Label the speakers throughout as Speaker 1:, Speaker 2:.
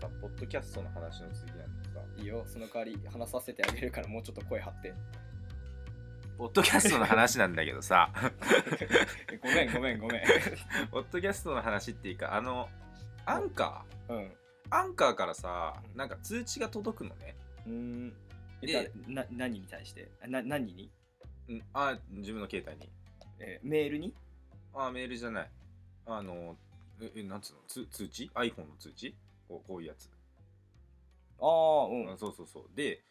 Speaker 1: さポッドキャストの話の次なんですが
Speaker 2: いいよ、その代わり話させてあげるからもうちょっと声張 って。
Speaker 3: ポッドキャストの話なんだけ どさ
Speaker 2: ごめんごめんごめん。
Speaker 3: ポッドキャストの話っていうかあのアンカー
Speaker 2: うん。う
Speaker 3: アンカーからさなんか通知が届くのね
Speaker 2: ーん。
Speaker 3: で
Speaker 2: え、な何に対してあな何に、
Speaker 3: うんあ自分の携帯に
Speaker 2: えーメールに
Speaker 3: あメールじゃないあのええなんつうのつ通知 iPhone の通知こうこういうやつ、
Speaker 2: ああ、うん。
Speaker 3: あそうそうそうで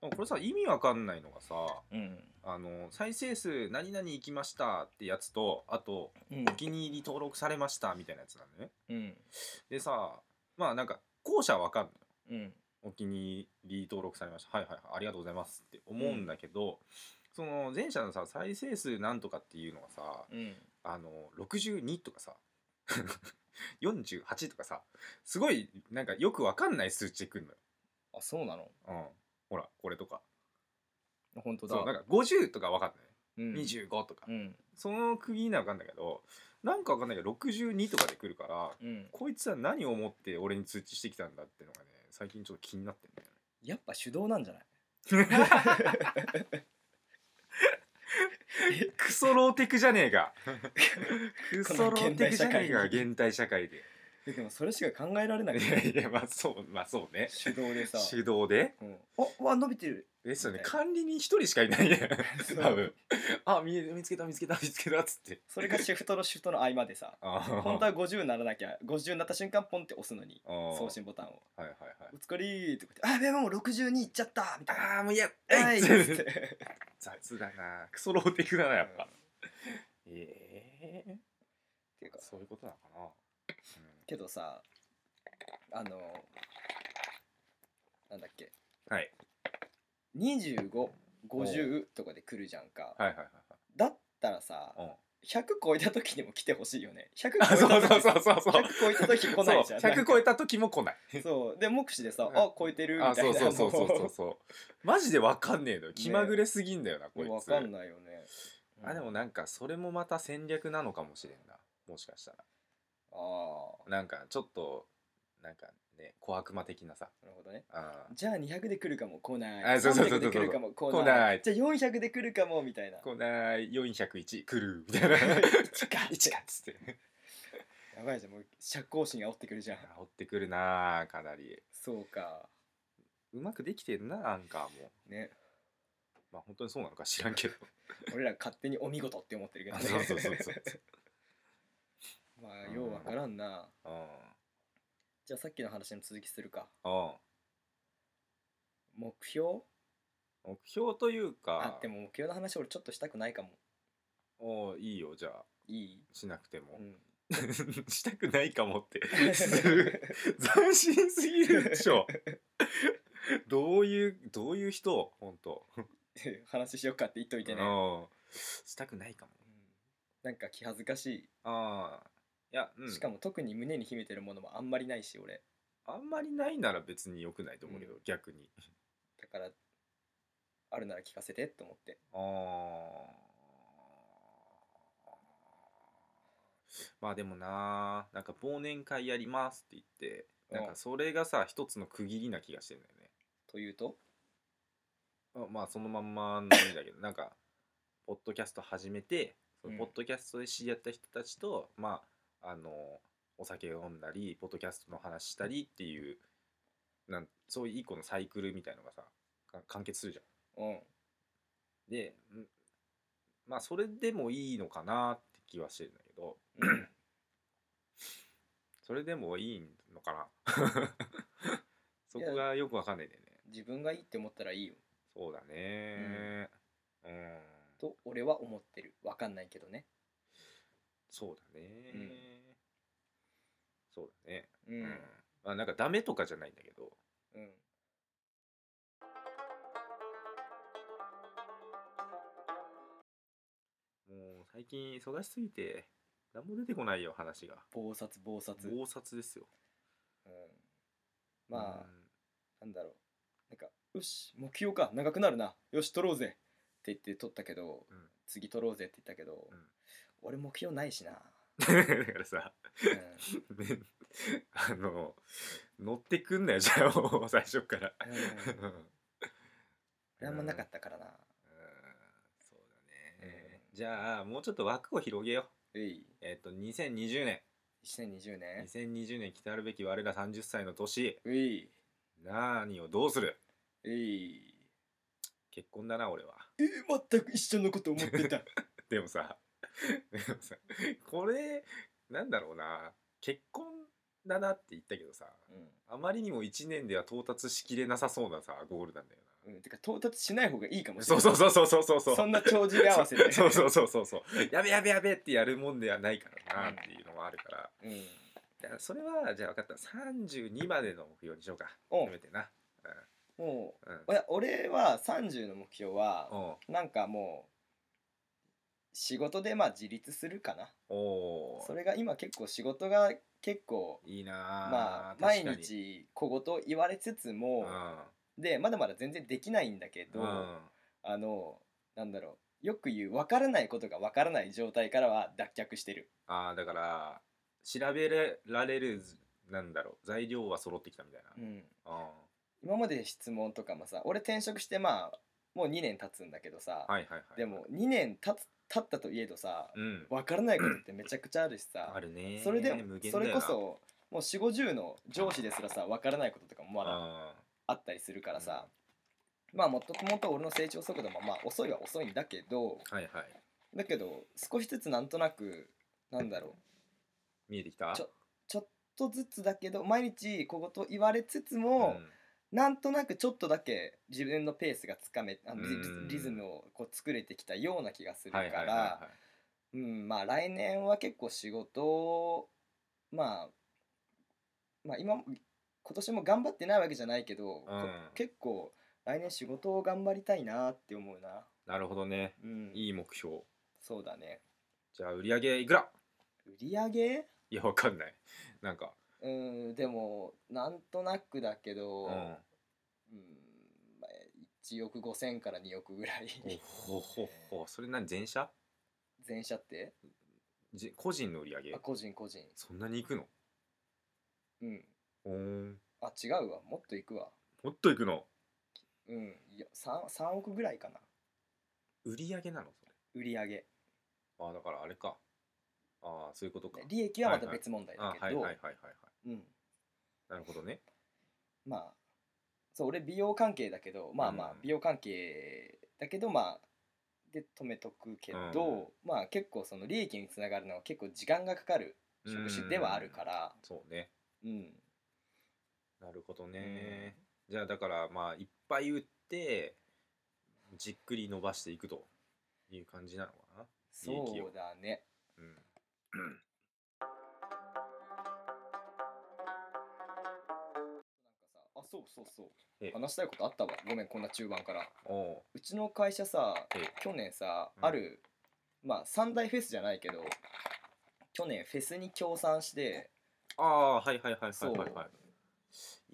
Speaker 3: これさ意味わかんないのがさ
Speaker 2: うん。
Speaker 3: あの再生数何々行きましたってやつとあと
Speaker 2: うん
Speaker 3: お。気に入り登録されましたみたいなやつなのね
Speaker 2: うん。
Speaker 3: でさまあなんか後者はわかんのよ
Speaker 2: うん。
Speaker 3: お気に入り登録されましたはいはいはいありがとうございますって思うんだけど、その前者のさ再生数なんとかっていうのがさ
Speaker 2: うん。
Speaker 3: あの62とかさ 48とかさすごいなんかよくわかんない数値でくるのよ、
Speaker 2: あ、そうなの
Speaker 3: うん、ほらこれとか
Speaker 2: 本当だ。
Speaker 3: そうなんか50とかわかん
Speaker 2: うん
Speaker 3: ない、25とか、
Speaker 2: うん。
Speaker 3: その釘なわかんないけどなんかわかんないけど62とかでくるから
Speaker 2: うん。
Speaker 3: こいつは何を思って俺に通知してきたんだってのがね最近ちょっと気になってんだよね
Speaker 2: やっぱ手動なんじゃない
Speaker 3: クソローテクじゃねえ かク
Speaker 2: こ
Speaker 3: ソ
Speaker 2: の
Speaker 3: ロー
Speaker 2: 現
Speaker 3: テ
Speaker 2: 代
Speaker 3: クじゃ
Speaker 2: 社
Speaker 3: ね
Speaker 2: 会
Speaker 3: え
Speaker 2: に
Speaker 3: か現代社会で
Speaker 2: え でもそれしか考えられない
Speaker 3: いやいやまあそうまあそうね
Speaker 2: 手動でさ。
Speaker 3: 手動で
Speaker 2: うん、あわ伸びてる。
Speaker 3: ですよね
Speaker 2: みたいな
Speaker 3: 管理人一人しかいないね
Speaker 2: そう
Speaker 3: 多分あ見え見つけた見つけた見つけたっつって
Speaker 2: それがシフトのシフトの合間で さ。
Speaker 3: あー
Speaker 2: 本当は50にならなきゃ50になった瞬間ポンって押すのに
Speaker 3: あー
Speaker 2: 送信ボタンを
Speaker 3: はいはい
Speaker 2: 「お疲れ」ってことで「あでもう62いっちゃった」みたいな
Speaker 3: はいああもういや
Speaker 2: 「は
Speaker 3: え
Speaker 2: い」
Speaker 3: い
Speaker 2: っつって
Speaker 3: 雑だなクソローテクだなやっぱ、ええ
Speaker 2: ていうか
Speaker 3: そういうことなのかな、
Speaker 2: けどさあのなんだっけ
Speaker 3: うんはい
Speaker 2: 2550とかで来るじゃんか、
Speaker 3: はいはいはい
Speaker 2: だったらさ
Speaker 3: はい、うん、
Speaker 2: 100超えた時にも来てほしいよね100
Speaker 3: あ
Speaker 2: 超
Speaker 3: そ
Speaker 2: えた
Speaker 3: うそう
Speaker 2: 時
Speaker 3: そうそうそう
Speaker 2: 100超えた時来ないじゃん
Speaker 3: そう
Speaker 2: なん
Speaker 3: 100
Speaker 2: か
Speaker 3: 超えた時も来ない
Speaker 2: そうで目視でさ「
Speaker 3: うん
Speaker 2: あ超えてる」み
Speaker 3: あ
Speaker 2: た
Speaker 3: そ
Speaker 2: いうな
Speaker 3: そうそうそうそう
Speaker 2: も
Speaker 3: そうマジでわかんねえのよ気まぐれすぎんだよな、こ
Speaker 2: う
Speaker 3: い
Speaker 2: わ
Speaker 3: つ
Speaker 2: かんないよね
Speaker 3: あでもなんかそれもまた戦略なのかもしれんなもしかしたら
Speaker 2: ああ
Speaker 3: なんかちょっとなんかね小悪魔的なさ
Speaker 2: なるほどね
Speaker 3: あー
Speaker 2: じゃあ200で来るかも来ない
Speaker 3: あそうそうそうそ
Speaker 2: 300で
Speaker 3: う
Speaker 2: 来るかも来
Speaker 3: 来
Speaker 2: な
Speaker 3: ないい
Speaker 2: じゃあ400で来るかもみたいな
Speaker 3: 来ない401来るみたいな
Speaker 2: 一か
Speaker 3: 1かっつって
Speaker 2: やばいじゃんもう社交心煽ってくるじゃん
Speaker 3: 煽ってくるなあかなり
Speaker 2: そうか
Speaker 3: うまくできてんなアンカーも
Speaker 2: ね
Speaker 3: まあ本当にそうなのか知らん けど
Speaker 2: 俺ら勝手にお見事って思ってるけど
Speaker 3: あ
Speaker 2: ね
Speaker 3: そうそうそうそう、
Speaker 2: まあようわからんな
Speaker 3: うん
Speaker 2: じゃあさっきの話の続きするか
Speaker 3: うん、
Speaker 2: 目標
Speaker 3: 目標という
Speaker 2: あ
Speaker 3: か
Speaker 2: でも目標の話俺ちょっとしたくないかも
Speaker 3: おーいいよじゃあ
Speaker 2: いい
Speaker 3: しなくても
Speaker 2: う、 ん
Speaker 3: したくないかもってする斬新すぎるでしょどういうどういう人本当
Speaker 2: 話しようかって言っといてね
Speaker 3: うんしたくないかも
Speaker 2: うんなんか気恥ずかし
Speaker 3: ああいや、う
Speaker 2: い
Speaker 3: ん、
Speaker 2: しかも特に胸に秘めてるものもあんまりないし俺
Speaker 3: あんまりないなら別に良くないと思うけど、逆に
Speaker 2: だからあるなら聞かせてって思って
Speaker 3: ああまあでもななんか忘年会やりますって言ってなん
Speaker 2: うん
Speaker 3: かそれがさ一つの区切りな気がしてんだよね
Speaker 2: というと
Speaker 3: あまあそのまんまの意味だけどなんかポッドキャスト始めてその
Speaker 2: うん
Speaker 3: ポッドキャストで知り合った人たちと、まああのお酒を飲んだりポッドキャストの話したりっていうなんそういう一個のサイクルみたいのがさか完結するじゃ
Speaker 2: うん
Speaker 3: ん。でんまあそれでもいいのかなって気はしてるんだけど
Speaker 2: うん
Speaker 3: それでもいいのかな そ
Speaker 2: いや
Speaker 3: こがよくわかんないんだよね。
Speaker 2: 自分がいいって思ったらいいよ
Speaker 3: そうだねうん
Speaker 2: と俺は思ってるわかんないけどね
Speaker 3: そうだね、
Speaker 2: うん
Speaker 3: そうだね
Speaker 2: う
Speaker 3: うんん、まあなんかダメとかじゃないんだけど
Speaker 2: うん
Speaker 3: もう最近忙しすぎて何も出てこないよ話が
Speaker 2: 暴殺暴殺、うん、
Speaker 3: 暴殺ですよ
Speaker 2: まあ、なんだろうなんか「よし目標か長くなるなよし取ろうぜ」って言って取ったけど、
Speaker 3: うん
Speaker 2: 次取ろうぜって言ったけど、
Speaker 3: うん
Speaker 2: 俺 目標ないしな、
Speaker 3: うんだからさ
Speaker 2: うん
Speaker 3: ねあの乗ってくんなよじゃあもう最初から
Speaker 2: うん
Speaker 3: うんうん
Speaker 2: 俺あんまなかったからな
Speaker 3: そうだねじゃあもうちょっと枠を広げよ
Speaker 2: えいう
Speaker 3: えっ、と2020年
Speaker 2: 2020年
Speaker 3: 2020年来たるべき我ら30歳の年
Speaker 2: うい
Speaker 3: 何をどうする
Speaker 2: えい
Speaker 3: 結婚だな俺は
Speaker 2: え全く一緒のこと思ってた
Speaker 3: でもさ でもさこれなんだろうな結婚だなって言ったけどさ
Speaker 2: うん
Speaker 3: あまりにも1年では到達しきれなさそうなさゴールなんだよ
Speaker 2: うん、てか到達しない方がいいかも
Speaker 3: な
Speaker 2: しれ
Speaker 3: そう
Speaker 2: ない
Speaker 3: そうそうそうそうそうそう
Speaker 2: そんな帳尻合わせ で
Speaker 3: そうそうそうそうそうやべやべやべってやるもんではないからなっていうのもあるから
Speaker 2: うん
Speaker 3: だからそれはじゃあ分かった32までの目標にしようか
Speaker 2: おう
Speaker 3: 決めてな
Speaker 2: も
Speaker 3: うん
Speaker 2: ういや俺は30の目標は
Speaker 3: うん
Speaker 2: なんかもう仕事でまあ自立するかな
Speaker 3: おお
Speaker 2: それが今結構仕事が結構
Speaker 3: いいな
Speaker 2: まあ
Speaker 3: ー
Speaker 2: 毎
Speaker 3: 確かに
Speaker 2: 日小言言われつつもでまだまだ全然できないんだけ
Speaker 3: う
Speaker 2: ど
Speaker 3: んうん
Speaker 2: あのなんだろうよく言う分からないことが分からない状態からは脱却してる
Speaker 3: あーだから調べられるなんだろう材料は揃ってきたみたいな、
Speaker 2: うん
Speaker 3: あ
Speaker 2: 今まで質問とかもさ俺転職してまあもう2年経つんだけどさ
Speaker 3: ーはいはいはい
Speaker 2: でも2年経つ経ったといえどさ
Speaker 3: うん
Speaker 2: 分からないことってめちゃくちゃあるしさ
Speaker 3: あるね
Speaker 2: それで
Speaker 3: 無限だよ
Speaker 2: それ
Speaker 3: な
Speaker 2: こそもう4 5 0の上司ですらさ分からないこととかもまだ
Speaker 3: あ
Speaker 2: あったりするからさ、まあもともと俺の成長速度もまあ遅いは遅いんだけど
Speaker 3: ーはいはい
Speaker 2: だけど少しずつなんとなくなんだろう
Speaker 3: 見えてきた
Speaker 2: ちょちょっとずつだけど毎日小言言われつつ
Speaker 3: うん
Speaker 2: も、なんとなくちょっとだけ自分のペースがつかめあのリ
Speaker 3: うん
Speaker 2: リズムをこう作れてきたような気がするか
Speaker 3: はいはいはい
Speaker 2: ら
Speaker 3: は
Speaker 2: うんまあ来年は結構仕事をまあまあ今も今年も頑張ってないわけじゃないけど、こ
Speaker 3: うん
Speaker 2: 結構来年仕事を頑張りたいなって思うな、
Speaker 3: いなるほどね
Speaker 2: うん、
Speaker 3: いい目標
Speaker 2: そうだね
Speaker 3: じゃあ売り上げいくら
Speaker 2: 売り上げ
Speaker 3: いやわかんないなんか
Speaker 2: うんでもなんとなくだけど、
Speaker 3: うん
Speaker 2: うんまあ1億5000から2億ぐらい
Speaker 3: おほほほそれ何全社
Speaker 2: 全社って
Speaker 3: じ個人の売り上
Speaker 2: あ
Speaker 3: げ
Speaker 2: 個人個人
Speaker 3: そんなにいくの
Speaker 2: うん
Speaker 3: おー
Speaker 2: あ違うわもっといくわ
Speaker 3: もっといくの
Speaker 2: うんいや 3, 3億ぐらいかな
Speaker 3: 売り上げなのそれ
Speaker 2: 売り上げ
Speaker 3: あーだからあれかああそういうことか
Speaker 2: で利益はまた別問題だ
Speaker 3: あは
Speaker 2: け
Speaker 3: いはい
Speaker 2: ど
Speaker 3: はいはいはい
Speaker 2: うん
Speaker 3: なるほどね
Speaker 2: まあそう俺美容関係だけどまあまあ
Speaker 3: うん
Speaker 2: 美容関係だけどまあで止めとくけど、まあ結構その利益につながるのは結構時間がかかる職種ではあるから
Speaker 3: そうね
Speaker 2: うん
Speaker 3: なるほどね、じゃあだからまあいっぱい売ってじっくり伸ばしていくという感じなのかな利益を
Speaker 2: そうだね
Speaker 3: うん
Speaker 2: あそうそうそう
Speaker 3: ええ
Speaker 2: 話したいことあったわごめんこんな中盤から
Speaker 3: おう
Speaker 2: うちの会社さ
Speaker 3: ええ
Speaker 2: 去年さ、
Speaker 3: うん
Speaker 2: あるまあ三大フェスじゃないけど去年フェスに協賛して
Speaker 3: ああはいはいはいはい
Speaker 2: そう
Speaker 3: はいはい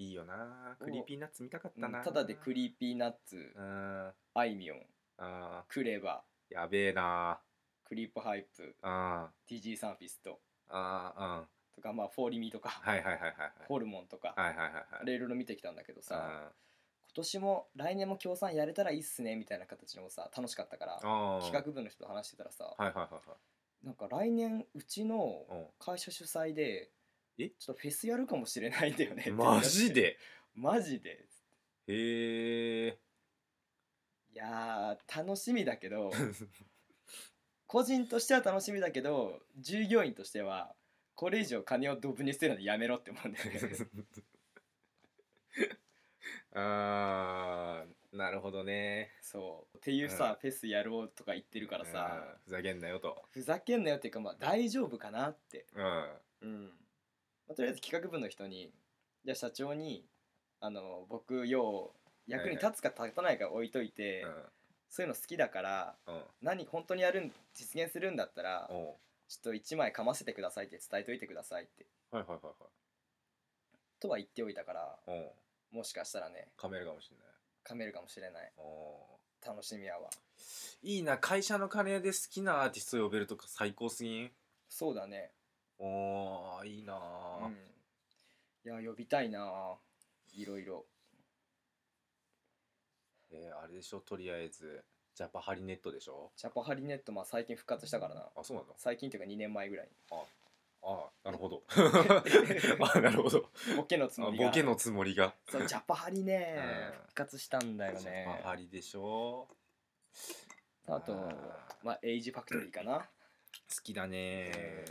Speaker 3: いいよなクリーピーナッツ見たかったな
Speaker 2: ただでク
Speaker 3: リ
Speaker 2: リーピーナッツ
Speaker 3: うんあ
Speaker 2: あいみょん
Speaker 3: あ
Speaker 2: クレバ
Speaker 3: ーやべえな
Speaker 2: クリープハイプ
Speaker 3: あ
Speaker 2: TG サンフィスト
Speaker 3: ーあ
Speaker 2: とかまあフォーリミとか、
Speaker 3: ーうんはいはいはいはい
Speaker 2: ホルモンとか、
Speaker 3: はいはいはいはい
Speaker 2: あれいろいろ見てきたんだけどさ今
Speaker 3: あ
Speaker 2: 年も来年も協賛やれたらいいっすねみたいな形でもさ楽しかったから
Speaker 3: あ
Speaker 2: 企画部の人と話してたらさ、
Speaker 3: はいはいはいはい
Speaker 2: なんか来年うちの
Speaker 3: うん
Speaker 2: 会社主催で
Speaker 3: え
Speaker 2: ちょっとフェスやるかもしれないんだよねって
Speaker 3: マジで
Speaker 2: マジで
Speaker 3: へえ
Speaker 2: いやー楽しみだけ ど個人としては楽しみだけど従業員としてはこれ以上金をドブに捨てるのやめろって思うんだよね
Speaker 3: あーなるほどね
Speaker 2: そうっていうさ、フェスやろうとか言ってるからさ、
Speaker 3: うんふざけんなよと
Speaker 2: ふざけんなよっていうかまあ大丈夫かなって
Speaker 3: うんは
Speaker 2: うん、まあ、とりあえず企画部の人にじゃあ社長にあの僕よう役に立つか立たないか置いといて、そういうの好きだから
Speaker 3: うんうん
Speaker 2: 何本当にやるん実現するんだったら
Speaker 3: おう
Speaker 2: ちょっと1枚かませてくださいって伝えといてくださいって
Speaker 3: はいはいはい
Speaker 2: とは言っておいたから
Speaker 3: はいおう
Speaker 2: もしかしたらね
Speaker 3: カメラかもしれない
Speaker 2: 噛めるかもしれない
Speaker 3: お
Speaker 2: 楽しみやわ
Speaker 3: ういいな会社の金で好きなアーティスト呼べるとか最高すぎん
Speaker 2: そうだね
Speaker 3: おーいいなあ、
Speaker 2: うんいや呼びたいなあいろいろ
Speaker 3: えーあれでしょとりあえずジャパハリネットでしょ
Speaker 2: ジャパハリネットまあ最近復活したからな
Speaker 3: あそうなの
Speaker 2: 最近っていうか2年前ぐらい
Speaker 3: ああなるほ どあなるほど
Speaker 2: にボケのつ
Speaker 3: あ
Speaker 2: もりが
Speaker 3: ボケのつもりが
Speaker 2: そうジャパハリね
Speaker 3: うん
Speaker 2: 復活したんだよ
Speaker 3: ジ
Speaker 2: ね
Speaker 3: ャパハリでしょ
Speaker 2: あと
Speaker 3: ー
Speaker 2: まあエイジファクトリーかな
Speaker 3: 好きだね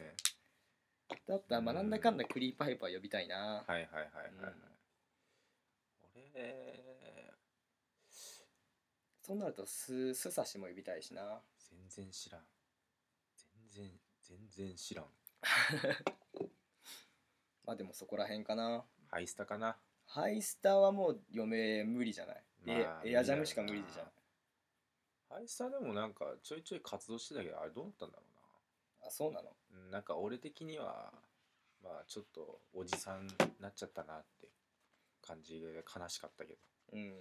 Speaker 2: だったらまあなんだかんだクリーパイパー呼びたいな、
Speaker 3: はいはいはいはいはい、俺
Speaker 2: そうなるとススサシも呼びたいしな
Speaker 3: 全然知らん全然全然知らん
Speaker 2: まあでもそこら辺かな
Speaker 3: ハイスタかな
Speaker 2: ハイスターはもう嫁無理じゃない、
Speaker 3: まあ
Speaker 2: エエアジャムしか無理
Speaker 3: 無理
Speaker 2: じ
Speaker 3: だ
Speaker 2: ゃ
Speaker 3: よ
Speaker 2: ない
Speaker 3: ハイスタでもなんかちょいちょい活動してたけどあれどうなったんだろうな
Speaker 2: あそうなの
Speaker 3: うんなんか俺的にはまあちょっとおじさんになっちゃったなって感じで悲しかったけど
Speaker 2: うん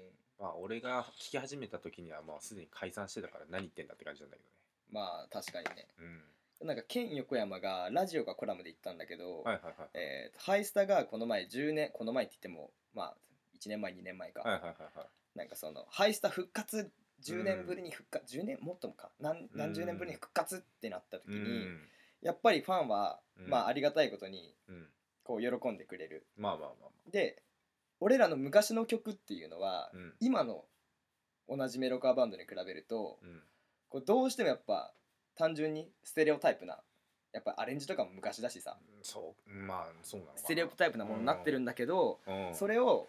Speaker 3: まあ俺が聞き始めた時にはまあすでに解散してたから何言ってんだって感じなんだけ
Speaker 2: まあ確かにね
Speaker 3: どね
Speaker 2: なんかケン横山がラジオかコラムで言ったんだけど、
Speaker 3: うんはいはいはい
Speaker 2: えーとハイスタがこの前10年この前って言ってもまあ1年前2年前か、
Speaker 3: はいはいはいはい
Speaker 2: なんかそのハイスタ復活10年ぶりに復活、10年もっともか何何十年ぶりに復活ってなった
Speaker 3: う
Speaker 2: 時に、
Speaker 3: ん
Speaker 2: やっぱりファンは、
Speaker 3: うん
Speaker 2: まあありがたいことに
Speaker 3: うん
Speaker 2: こう喜んでくれる
Speaker 3: まあまあまあ
Speaker 2: で俺らの昔の曲っていうのは、
Speaker 3: まあうん
Speaker 2: 今の同じメロカーバンドに比べると
Speaker 3: うん
Speaker 2: こうどうしてもやっぱ単純にステレオタイプなやっぱアレンジとかも昔だしさ
Speaker 3: そうまあそうなのかな
Speaker 2: ステレオタイプなものになってるんだけど、
Speaker 3: うん
Speaker 2: それを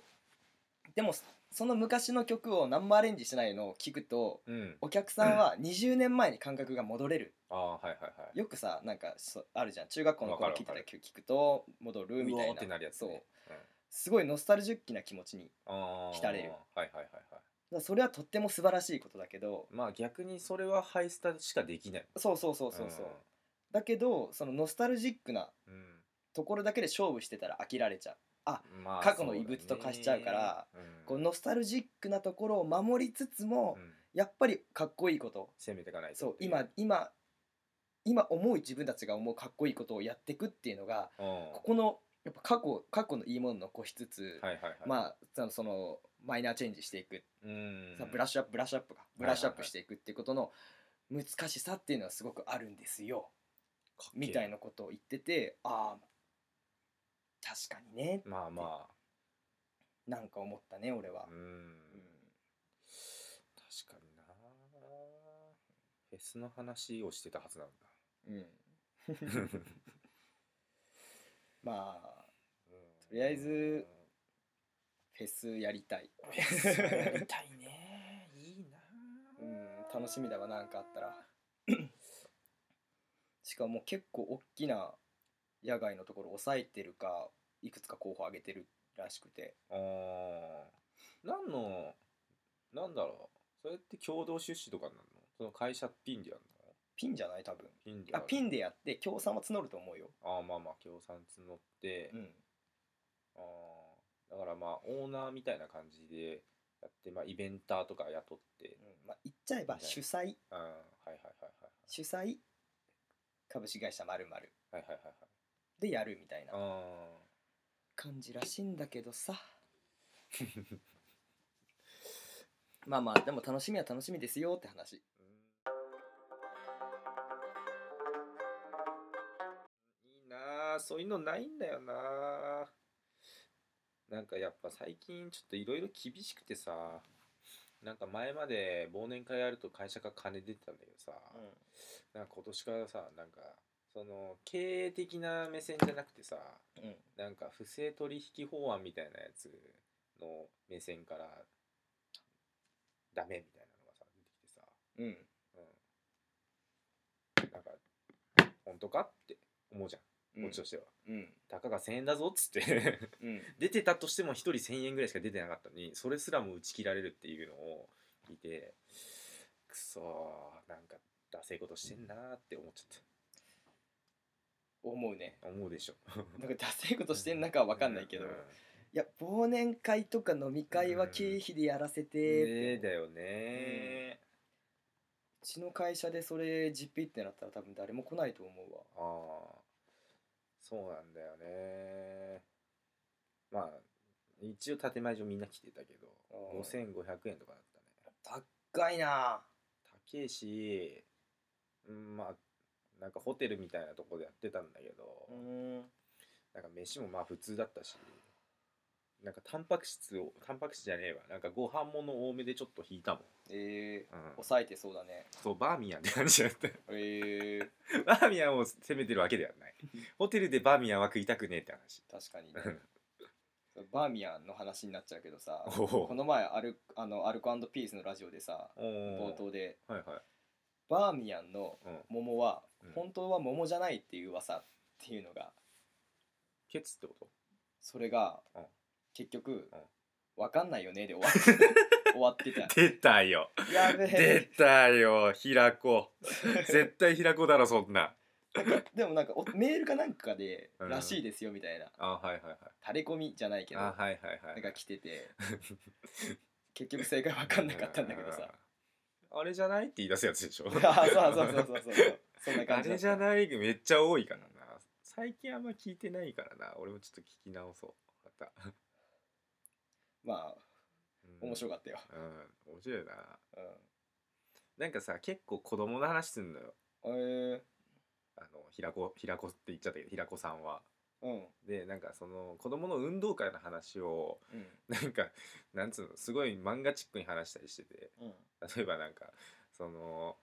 Speaker 2: でもその昔の曲を何もアレンジしてないのを聞くと
Speaker 3: うん
Speaker 2: お客さんは20年前に感覚が戻れる、
Speaker 3: ああはいはいはい
Speaker 2: よくさなんかそあるじゃん中学校の頃
Speaker 3: わか
Speaker 2: 聴
Speaker 3: る
Speaker 2: いて
Speaker 3: わか
Speaker 2: た
Speaker 3: る
Speaker 2: 曲聞くと戻るみた
Speaker 3: うお
Speaker 2: い
Speaker 3: ーっ
Speaker 2: な
Speaker 3: てなるやつ
Speaker 2: そう
Speaker 3: ねうん
Speaker 2: すごいノスタルジックな気持ちにだか
Speaker 3: あー
Speaker 2: 浸れ
Speaker 3: は
Speaker 2: る
Speaker 3: いはいはいはい
Speaker 2: らそれはとっても素晴らしいことだけど
Speaker 3: まあ逆にそれはハイスタしかできない
Speaker 2: そうそうそうそうそうだけどそのノスタルジックな
Speaker 3: うんうん
Speaker 2: ところだけで勝負してたら飽きられちゃう
Speaker 3: まあ
Speaker 2: 過去の異物と化しちゃうから、
Speaker 3: そうだね
Speaker 2: こうノスタルジックなところを守りつつも
Speaker 3: う、ん
Speaker 2: やっぱりかっこいいこと
Speaker 3: 攻めていかないと
Speaker 2: そう
Speaker 3: ってい
Speaker 2: 今今今思う自分たちが思うかっこいいことをやっていくっていうのが
Speaker 3: うん
Speaker 2: ここのやっぱ過去過去のいいものを残しつつ、
Speaker 3: はいはいはい
Speaker 2: まあそのそのマイナーチェンジしていく、
Speaker 3: うん
Speaker 2: さブラッシュアップブラッシュアップかブラッシュアッ
Speaker 3: はいはいは
Speaker 2: プ
Speaker 3: い
Speaker 2: していくっていうことの難しさっていうのはすごくあるんですよ
Speaker 3: かっけえ
Speaker 2: みたいなことを言っててああ確かにね
Speaker 3: まあま
Speaker 2: なんか思ったね俺は
Speaker 3: あう、ん確かになフェスの話をしてたはずなんだ
Speaker 2: うんまあ とりあえずフェスやりたい、
Speaker 3: フェスやりたいねいいな
Speaker 2: うん、楽しみだわなんかあったら しかも結構大きな野外のところ抑えてるかいくつか候補挙げてるらしくて
Speaker 3: あーなんのなんだろうそれって共同出資とかなのその会社ピンでやるの
Speaker 2: ピンじゃない多分
Speaker 3: ピンでや
Speaker 2: あ
Speaker 3: る
Speaker 2: ピンでやって協賛は募ると思うよ、
Speaker 3: あーまあまあ協賛募って、
Speaker 2: うん、
Speaker 3: あーだからまあオーナーみたいな感じでやって、まあ、イベンターとか雇って、
Speaker 2: まあ言っちゃえば主催
Speaker 3: うん、はいはいはい
Speaker 2: 主催株式会社まる
Speaker 3: はいはいはいはい
Speaker 2: でやるみたいな
Speaker 3: はいはい
Speaker 2: 感じらしいんだけど さまあまあでも楽しみは楽しみですよって話
Speaker 3: あーうんいいなあそういうのないんだよなあなんかやっぱ最近ちょっといろいろ厳しくてさなんか前まで忘年会やると会社から金出てたんだけどさ、なんか今年からさなんかその経営的な目線じゃなくてさ
Speaker 2: うん、うん、
Speaker 3: なんか不正取引法案みたいなやつの目線からダメみたいなのがさ出てきてさ、うん、
Speaker 2: うん、
Speaker 3: なんか本当かって思うじゃんこっちとしては、
Speaker 2: うん、
Speaker 3: たかが1000円だぞっつって
Speaker 2: うん、
Speaker 3: 出てたとしても1人1000円ぐらいしか出てなかったのにそれすらも打ち切られるっていうのを聞いてくそーなんかダセいことしてんなーって思っちゃっ
Speaker 2: 思うね。
Speaker 3: た思うでしょ
Speaker 2: なんかダセいことしてんのかは分かんないけど、
Speaker 3: う
Speaker 2: い
Speaker 3: ん
Speaker 2: や忘年会とか飲み会は経費でやらせてって、
Speaker 3: ねえ
Speaker 2: う
Speaker 3: だよね
Speaker 2: ちの会社でそれ実費ってなったら多分誰も来ないと思うわ。
Speaker 3: ああそうなんだよねまあ一応建前上みんな来てたけど
Speaker 2: うん
Speaker 3: 5500円とかだったね
Speaker 2: 高いな
Speaker 3: 高えしうんまあなんかホテルみたいなとこでやってたんだけど、
Speaker 2: うん
Speaker 3: なんか飯もまあ普通だったしなんかタンパク質をタンパク質じゃねえわなんかご飯もの多めでちょっと引いたもん、
Speaker 2: えー、
Speaker 3: うん、
Speaker 2: 抑えてそうだね
Speaker 3: そうバーミヤンって 感じだった
Speaker 2: えー、
Speaker 3: バーミヤンを攻めてるわけではないホテルでバーミヤンは食いたくねえって話
Speaker 2: 確か にねバーミヤンの話になっちゃうけどさ
Speaker 3: おお
Speaker 2: この前アルあのアルコピースのラジオでさ
Speaker 3: 冒
Speaker 2: 冒頭で
Speaker 3: はいはい
Speaker 2: バーミヤンの
Speaker 3: うん
Speaker 2: 桃は
Speaker 3: うん
Speaker 2: 本当は桃じゃないっていう噂っていうのが
Speaker 3: ケツってこと
Speaker 2: それが
Speaker 3: うん
Speaker 2: 結局
Speaker 3: うん
Speaker 2: わかんないよね で終わって終わってた
Speaker 3: 出たよ
Speaker 2: やべ
Speaker 3: 出
Speaker 2: え
Speaker 3: たよ平子絶対平子だろそんな
Speaker 2: でもなんかおメールかなんかで
Speaker 3: うん
Speaker 2: らしいですよみたいな
Speaker 3: あはいはいはい
Speaker 2: 垂れ込みじゃないけど
Speaker 3: あ
Speaker 2: な
Speaker 3: はいはいはい
Speaker 2: んか来てて結局正解わかんなかったんだけどさ
Speaker 3: あれじゃないって言い出すやつでしょ
Speaker 2: あそうそうそうそうそうそんな
Speaker 3: あ
Speaker 2: 感じだ
Speaker 3: れ
Speaker 2: っ
Speaker 3: じゃ
Speaker 2: た
Speaker 3: ないめっちゃ多いからな最近あんま聞いてないからな俺もちょっと聞き直そうまた、
Speaker 2: まあ
Speaker 3: うん、
Speaker 2: 面白かったよ
Speaker 3: うん面白いな
Speaker 2: うん
Speaker 3: なんかさ結構子供の話すんのよ
Speaker 2: え
Speaker 3: あの平子平子って言っちゃったけど平子さんは
Speaker 2: ーうん
Speaker 3: でなんかその子供の運動会の話を
Speaker 2: うん
Speaker 3: なんかなんつうのすごい漫画チックに話したりしてて
Speaker 2: うん
Speaker 3: 例えばなんかその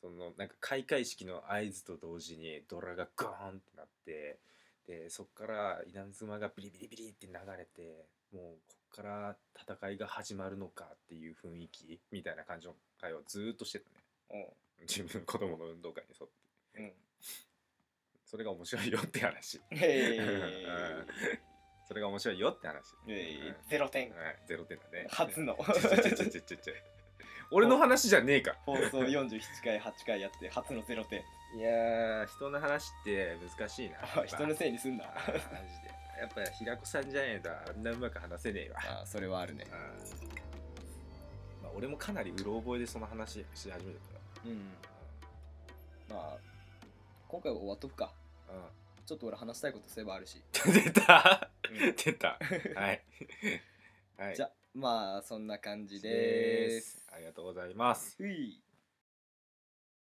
Speaker 3: そのなんか開会式の合図と同時にドラがゴーンってなってでそっから稲妻がビリビリビリって流れてもうこっから戦いが始まるのかっていう雰囲気みたいな感じの会話をずーっとしてたね 自分の子供の運動会に沿って
Speaker 2: うん うん
Speaker 3: それが面白いよって話
Speaker 2: へ
Speaker 3: うんそれが面白いよって話、
Speaker 2: えーゼロ点
Speaker 3: はい、ゼロ点だね
Speaker 2: 初 の
Speaker 3: ちょちょちょちょちょちょ俺の話じゃねえか
Speaker 2: 放送47回8回やって初のゼロ点
Speaker 3: いやー人の話って難しいな
Speaker 2: あ 人のせいにすんな
Speaker 3: あーマジでやっぱ平子さんじゃねえとあんなうまく話せねえわ
Speaker 2: あそれはあるね
Speaker 3: うんまあ、俺もかなりうろ覚えでその話し始めたか、
Speaker 2: うんまあ今回は終わっとくから
Speaker 3: うん
Speaker 2: ちょっと俺話したいことすればあるし、
Speaker 3: うん、 出た
Speaker 2: うん
Speaker 3: 出たはい、はい、
Speaker 2: じゃあまあそんな感じ
Speaker 3: で
Speaker 2: です
Speaker 3: すありがとうございます
Speaker 2: ふい